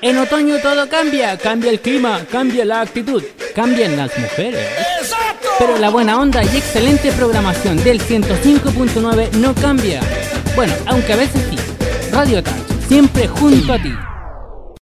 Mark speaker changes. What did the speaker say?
Speaker 1: En otoño todo cambia, cambia el clima, cambia la actitud, cambian las mujeres.
Speaker 2: ¡Exacto!
Speaker 1: Pero la buena onda y excelente programación del 105.9 no cambia. Bueno, aunque a veces sí. Radio Touch, siempre junto a ti.